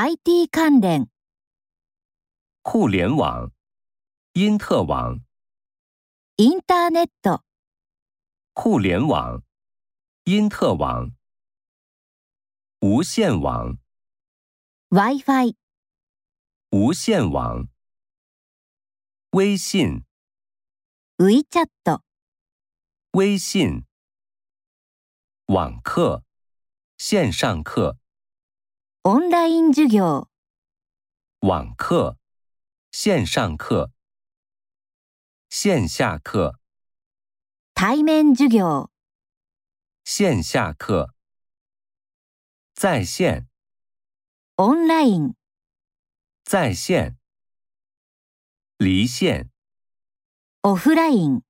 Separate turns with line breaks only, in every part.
IT 関連、
互联网、因特网、
インターネット、
互联网、因特网、无线网、
Wi-Fi、
无线网、微信、
WeChat、
微信、网课、线上课、
オンライン授業、
网课、线上课、线下课、
対面授業、
线下课、在线、
オンライン、
在线、离线。
オフライン、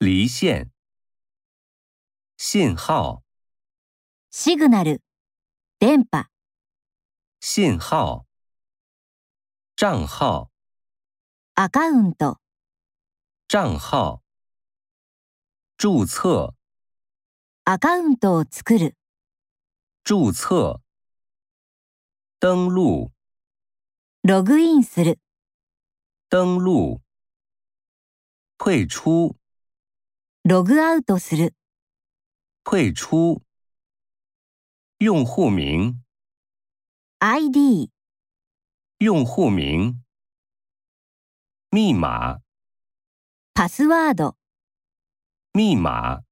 离线、信号、
シグナル、電波、
信号、账号、
アカウント、
账号、注册、
アカウントを作る、
注册、登录、
ログインする、
登录、退出、
ログアウトする、
退出，用户名、
ID、
用户名，密码、
パスワード、
密码，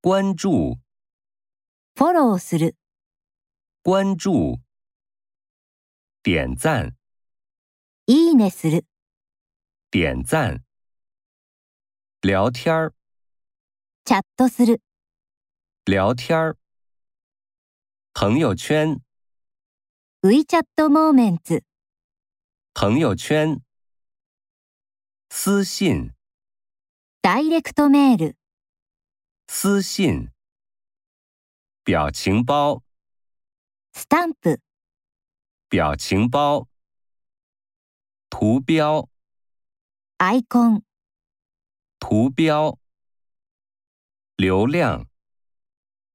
关注、
フォローする、
关注，点赞。
いいねする、
点赞、聊天儿、
チャットする、
聊天儿、朋友圈、
WeChat モーメンツ、
朋友圈、私信、
ダイレクトメール、
私信、表情包、
スタンプ、
表情包、图标、
アイコン、
图标、流量、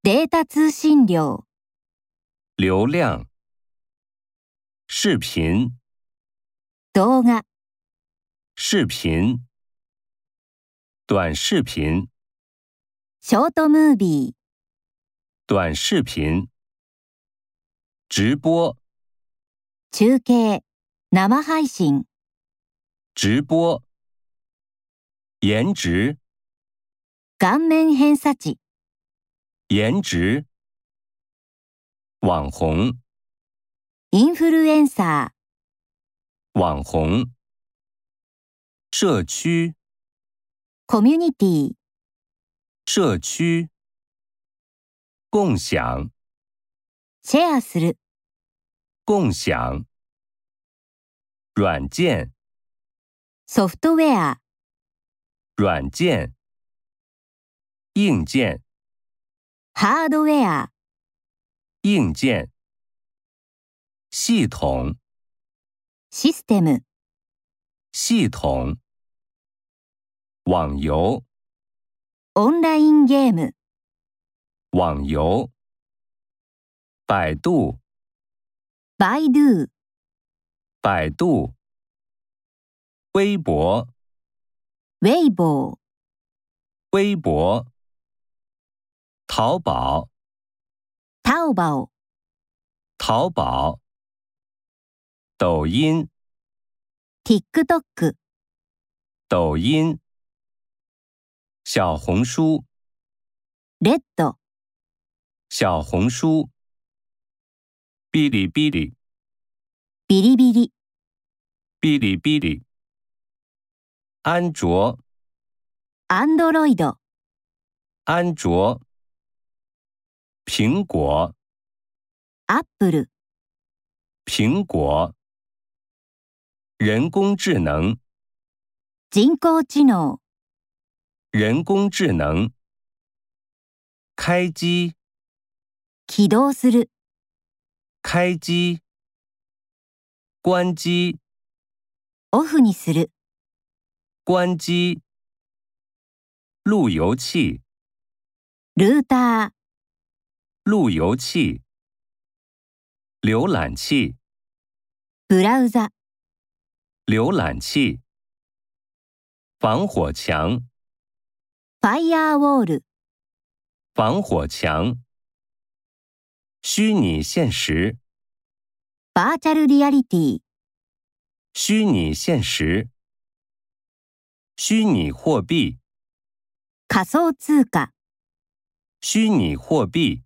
データ通信量、
流量、视频、
動画、
视频、短视频。
ショートムービー、
短视频、直播、
中継、生配信、
直播、颜值、
顔面偏差値、
颜值、网红、
インフルエンサ
网红、社区、
ー、コミュニティ、
社区、共享、
シェアする、
共享、软件、
ソフトウェア、
软件、硬件、
ハードウェア、
硬件、系统、
システム、
系统、网游。
オンラインゲーム、
网游、百度、
バイドゥ、
百度、微博、
ウェイボー、
微博、淘宝、
タオバオ、
淘宝、抖音、
TikTok、
抖音，小红书，
レッド、
小红书，哔哩哔哩，
ビリビリ、
哔哩哔哩，安卓，
アンドロイド、
安卓，苹果。
アップル、
苹果、人工智能、
人工知能、
人工智能、开机、
起動する、
开机、关机、
オフにする、
关机、路由器、
ルーター、
路由器、浏览器，
ブラウザ、
浏览器。防火墙，
ファイアーウォール、
防火墙。虚拟现实，
バーチャルリアリティ、
虚拟现实。虚拟货币，
仮想通貨。
虚拟货币。